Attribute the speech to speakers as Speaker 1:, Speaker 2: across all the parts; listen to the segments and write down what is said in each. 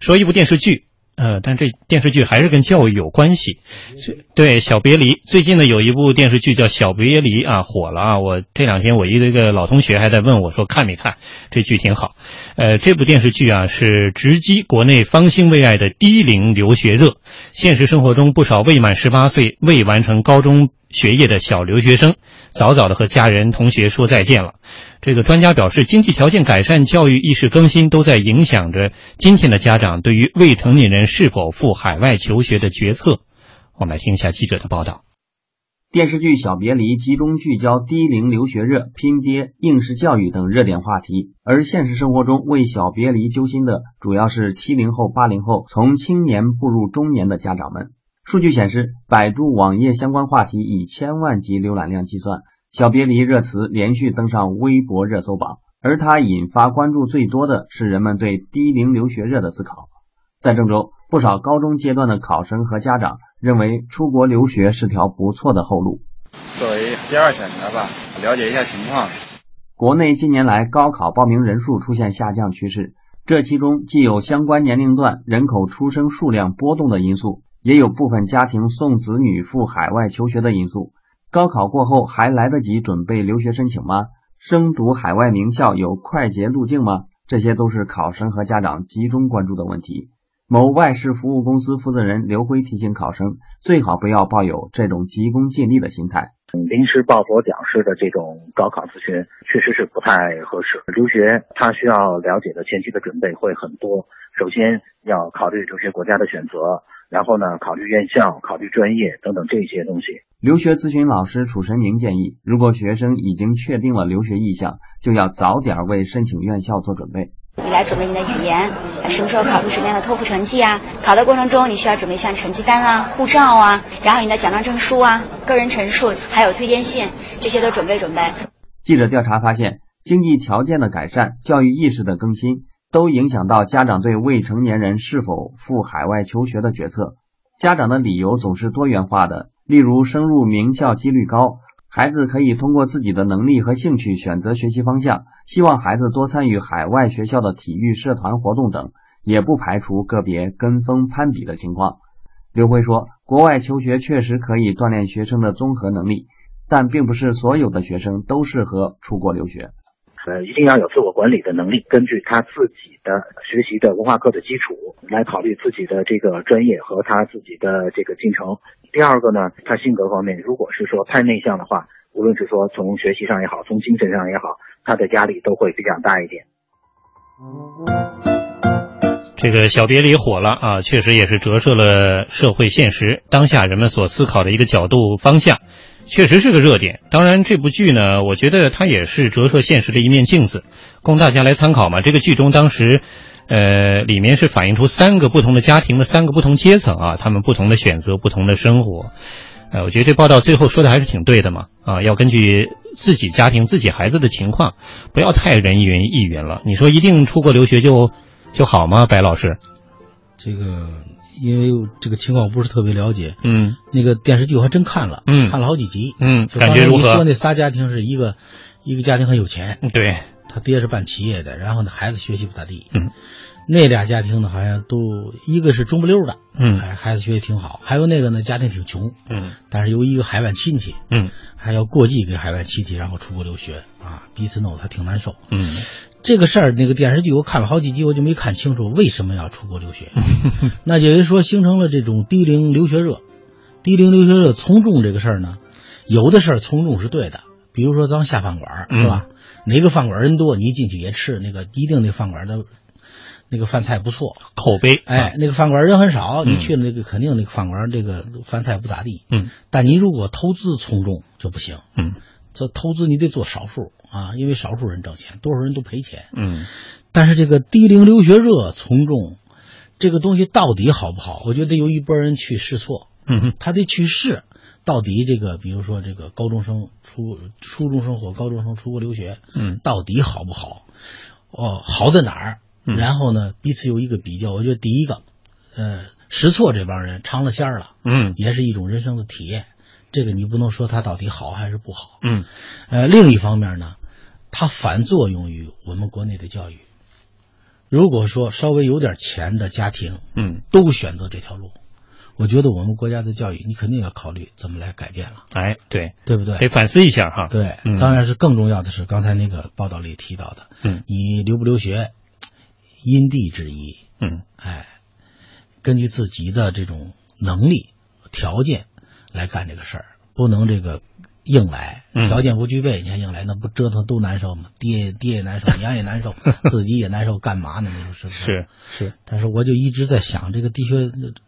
Speaker 1: 说一部电视剧，呃，但这电视剧还是跟教育有关系。是对，《小别离》最近呢有一部电视剧叫《小别离》啊，火了啊！我这两天我一个老同学还在问我说看没看，这剧挺好。呃，这部电视剧啊是直击国内方兴未艾的低龄留学热，现实生活中不少未满十八岁、未完成高中学业的小留学生，早早的和家人、同学说再见了。这个专家表示，经济条件改善、教育意识更新都在影响着今天的家长对于未成年人是否赴海外求学的决策。我们来听一下记者的报道。
Speaker 2: 电视剧《小别离》集中聚焦低龄留学热、拼爹、应试教育等热点话题，而现实生活中为小别离揪心的，主要是七零后、八零后从青年步入中年的家长们。数据显示，百度网页相关话题以千万级浏览量计算，《小别离》热词连续登上微博热搜榜，而它引发关注最多的是人们对低龄留学热的思考。在郑州，不少高中阶段的考生和家长认为出国留学是条不错的后路。
Speaker 3: 作为第二选择吧，了解一下情况。
Speaker 2: 国内近年来高考报名人数出现下降趋势，这其中既有相关年龄段人口出生数量波动的因素，也有部分家庭送子女赴海外求学的因素。高考过后还来得及准备留学申请吗？升读海外名校有快捷路径吗？这些都是考生和家长集中关注的问题。某外事服务公司负责人刘辉提醒考生，最好不要抱有这种急功近利的心态。
Speaker 4: 嗯临时抱佛脚式的这种高考咨询，确实是不太合适。留学它需要了解的前期的准备会很多，首先要考虑留学国家的选择，然后呢，考虑院校、考虑专业等等这些东西。
Speaker 2: 留学咨询老师楚神明建议，如果学生已经确定了留学意向，就要早点为申请院校做准备。
Speaker 5: 你来准备你的语言，什么时候考出什么样的托福成绩啊？考的过程中，你需要准备像成绩单啊、护照啊，然后你的奖状证书啊、个人陈述，还有推荐信，这些都准备准备。
Speaker 2: 记者调查发现，经济条件的改善、教育意识的更新，都影响到家长对未成年人是否赴海外求学的决策。家长的理由总是多元化的，例如升入名校几率高。孩子可以通过自己的能力和兴趣选择学习方向，希望孩子多参与海外学校的体育社团活动等，也不排除个别跟风攀比的情况。刘辉说，国外求学确实可以锻炼学生的综合能力，但并不是所有的学生都适合出国留学。
Speaker 4: 呃，一定要有自我管理的能力，根据他自己的学习的文化课的基础来考虑自己的这个专业和他自己的这个进程。第二个呢，他性格方面，如果是说太内向的话，无论是说从学习上也好，从精神上也好，他的压力都会比较大一点。
Speaker 1: 这个小别离火了啊，确实也是折射了社会现实，当下人们所思考的一个角度方向，确实是个热点。当然，这部剧呢，我觉得它也是折射现实的一面镜子，供大家来参考嘛。这个剧中当时，呃，里面是反映出三个不同的家庭的三个不同阶层啊，他们不同的选择，不同的生活。呃，我觉得这报道最后说的还是挺对的嘛，啊，要根据自己家庭、自己孩子的情况，不要太人云亦云了。你说一定出国留学就？就好吗，白老师？
Speaker 6: 这个因为这个情况我不是特别了解，
Speaker 1: 嗯，
Speaker 6: 那个电视剧我还真看了，
Speaker 1: 嗯
Speaker 6: 看了好几集，
Speaker 1: 嗯
Speaker 6: 就
Speaker 1: 感觉如何嗯
Speaker 6: 刚才你说那仨家庭是一个一个家庭很有钱，
Speaker 1: 对，
Speaker 6: 他爹是办企业的，然后呢孩子学习不咋地，
Speaker 1: 嗯，
Speaker 6: 那俩家庭呢好像都一个是中不溜的，
Speaker 1: 嗯
Speaker 6: 哎孩子学习挺好，还有那个呢家庭挺穷，
Speaker 1: 嗯
Speaker 6: 但是由一个海外亲戚，
Speaker 1: 嗯
Speaker 6: 还要过继给海外亲戚，然后出国留学啊，彼此弄得还挺难受，
Speaker 1: 嗯，
Speaker 6: 这个事儿，那个电视剧我看了好几集，我就没看清楚为什么要出国留 学。那也就是说，形成了这种低龄留学热。低龄留学热从众这个事儿呢，有的事儿从众是对的，比如说咱下饭馆儿
Speaker 1: 嗯
Speaker 6: 是吧？哪个饭馆人多，你一进去也吃那个，一定那饭馆的那个饭菜不错。
Speaker 1: 口碑，
Speaker 6: 哎，那个饭馆人很少，
Speaker 1: 啊嗯
Speaker 6: 你去了那个肯定那个饭馆这个饭菜不咋地。
Speaker 1: 嗯
Speaker 6: 但你如果投资从众就不行，
Speaker 1: 嗯
Speaker 6: 这投资你得做少数啊，因为少数人挣钱，多数人都赔钱。
Speaker 1: 嗯
Speaker 6: 但是这个低龄留学热从众，这个东西到底好不好？我觉得有一波人去试错，
Speaker 1: 嗯哼
Speaker 6: 他得去试，到底这个比如说这个高中生初初中生或高中生出国留学，
Speaker 1: 嗯
Speaker 6: 到底好不好？哦，好在哪儿？
Speaker 1: 嗯
Speaker 6: 然后呢，彼此有一个比较。我觉得第一个，呃，实错这帮人尝了鲜儿了，
Speaker 1: 嗯
Speaker 6: 也是一种人生的体验。这个你不能说他到底好还是不好。
Speaker 1: 嗯
Speaker 6: 呃，另一方面呢，它反作用于我们国内的教育。如果说稍微有点钱的家庭，
Speaker 1: 嗯，
Speaker 6: 都选择这条路，我觉得我们国家的教育，你肯定要考虑怎么来改变了，
Speaker 1: 哎，对，
Speaker 6: 对不对？
Speaker 1: 得反思一下哈。
Speaker 6: 对，
Speaker 1: 嗯
Speaker 6: 当然是更重要的是刚才那个报道里提到的，
Speaker 1: 嗯
Speaker 6: 你留不留学，因地制宜，
Speaker 1: 嗯
Speaker 6: 哎，根据自己的这种能力条件来干这个事儿，不能这个硬来，
Speaker 1: 嗯
Speaker 6: 条件不具备，你还硬来，那不折腾都难受吗？爹爹也难受，娘 也难受，自己也难受，干嘛呢？你说是不
Speaker 1: 是是，
Speaker 6: 但是我就一直在想，这个的确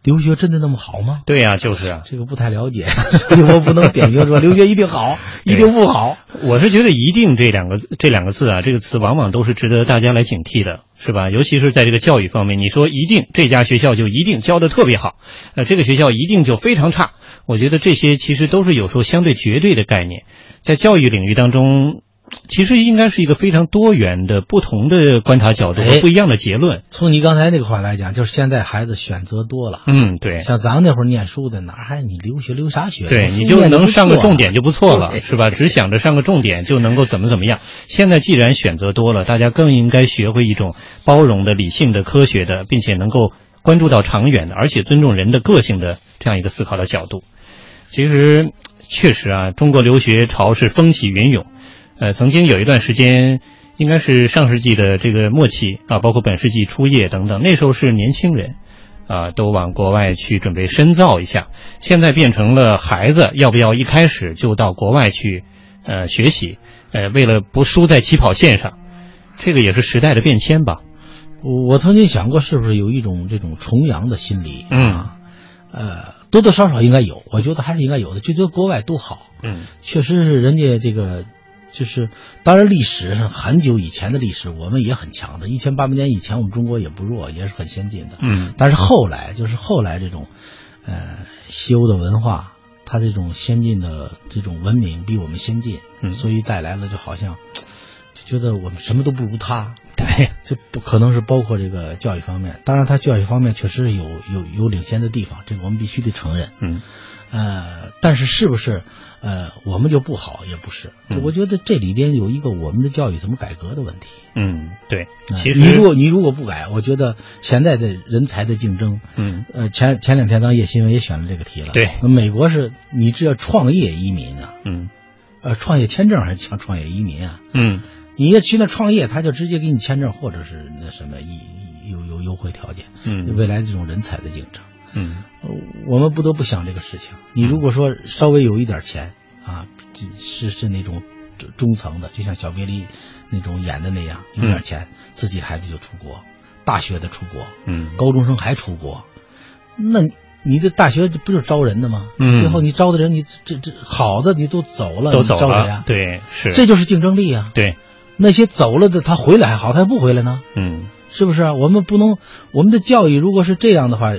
Speaker 6: 留学真的那么好吗？
Speaker 1: 对呀、就是啊，
Speaker 6: 这个不太 了解，所以我不能点评说留学一定好，一定不好。
Speaker 1: 我是觉得“一定”这两个这两个字啊，这个词往往都是值得大家来警惕的，是吧？尤其是在这个教育方面，你说一定这家学校就一定教的特别好，呃，这个学校一定就非常差。我觉得这些其实都是有时候相对绝对的概念，在教育领域当中，其实应该是一个非常多元的、不同的观察角度和
Speaker 6: 哎
Speaker 1: 不一样的结论。
Speaker 6: 从你刚才那个话来讲，就是现在孩子选择多了。
Speaker 1: 嗯，对，
Speaker 6: 像咱们那会儿念书的，哪还你留学留啥学？
Speaker 1: 对，
Speaker 6: 书
Speaker 1: 你就
Speaker 6: 念得
Speaker 1: 能
Speaker 6: 不
Speaker 1: 上个
Speaker 6: 错啊
Speaker 1: 重点就不错了，
Speaker 6: 对
Speaker 1: 是吧？只想着上个重点就能够怎么怎么样。现在既然选择多了，大家更应该学会一种包容的、理性的、科学的，并且能够关注到长远的，而且尊重人的个性的这样一个思考的角度。其实，确实啊，中国留学潮是风起云涌。呃，曾经有一段时间，应该是上世纪的这个末期啊，包括本世纪初叶等等，那时候是年轻人。啊，都往国外去准备深造一下，现在变成了孩子要不要一开始就到国外去，呃，学习，呃，为了不输在起跑线上，这个也是时代的变迁吧。
Speaker 6: 我我曾经想过，是不是有一种这种崇洋的心理？
Speaker 1: 嗯
Speaker 6: 啊，呃，多多少少应该有，我觉得还是应该有的。就觉得国外都好，
Speaker 1: 嗯
Speaker 6: 确实是人家这个，就是当然历史上很久以前的历史，我们也很强的，一千八百年以前我们中国也不弱，也是很先进的。
Speaker 1: 嗯
Speaker 6: 但是后来就是后来这种，呃，西欧的文化，它这种先进的这种文明比我们先进，
Speaker 1: 嗯
Speaker 6: 所以带来了就好像就觉得我们什么都不如他，
Speaker 1: 对，
Speaker 6: 这不可能是包括这个教育方面。当然，它教育方面确实有有有领先的地方，这个我们必须得承认。
Speaker 1: 嗯
Speaker 6: 呃，但是是不是呃我们就不好也不是，
Speaker 1: 嗯
Speaker 6: 我觉得这里边有一个我们的教育怎么改革的问题。
Speaker 1: 嗯，对，
Speaker 6: 呃
Speaker 1: 其
Speaker 6: 你如
Speaker 1: 实
Speaker 6: 果你如果不改，我觉得现在的人才的竞争，
Speaker 1: 嗯，
Speaker 6: 呃，前前两天当夜新闻也选了这个题了。
Speaker 1: 对
Speaker 6: 那美国是你只要创业移民啊，
Speaker 1: 嗯
Speaker 6: 呃，创业签证还是叫创业移民啊？
Speaker 1: 嗯
Speaker 6: 你要去那创业，他就直接给你签证或者是那什么一有有优惠条件。
Speaker 1: 嗯
Speaker 6: 未来这种人才的竞争，
Speaker 1: 嗯
Speaker 6: 呃我们不得不想这个事情。你如果说稍微有一点钱啊，这是是那种中中层的，就像小别离那种演的那样，有
Speaker 1: 嗯
Speaker 6: 点钱，自己孩子就出国，大学的出国，
Speaker 1: 嗯
Speaker 6: 高中生还出国，那你你的大学不就是招人的吗？
Speaker 1: 嗯
Speaker 6: 最后你招的人，你这这好的你都走了，
Speaker 1: 都
Speaker 6: 你
Speaker 1: 走
Speaker 6: 招谁
Speaker 1: 了
Speaker 6: 呀？，
Speaker 1: 对，是，
Speaker 6: 这就是竞争力啊。
Speaker 1: 对，
Speaker 6: 那些走了的，他回来还好，他还不回来呢，
Speaker 1: 嗯
Speaker 6: 是不是啊？我们不能，我们的教育如果是这样的话，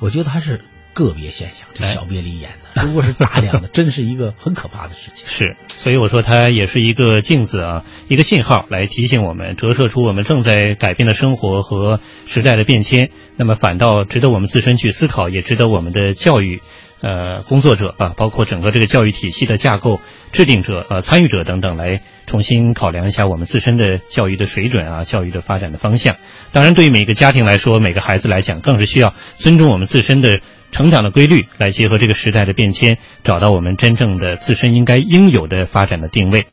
Speaker 6: 我觉得还是个别现象，这
Speaker 1: 哎
Speaker 6: 小别离演的。如果是大 量的，真是一个很可怕的事情。
Speaker 1: 是，所以我说它也是一个镜子啊，一个信号来提醒我们，折射出我们正在改变的生活和时代的变迁。那么反倒值得我们自身去思考，也值得我们的教育。呃，工作者啊，包括整个这个教育体系的架构、制定者、呃，参与者等等，来重新考量一下我们自身的教育的水准啊，教育的发展的方向。当然，对于每个家庭来说，每个孩子来讲，更是需要尊重我们自身的成长的规律，来结合这个时代的变迁，找到我们真正的自身应该应有的发展的定位。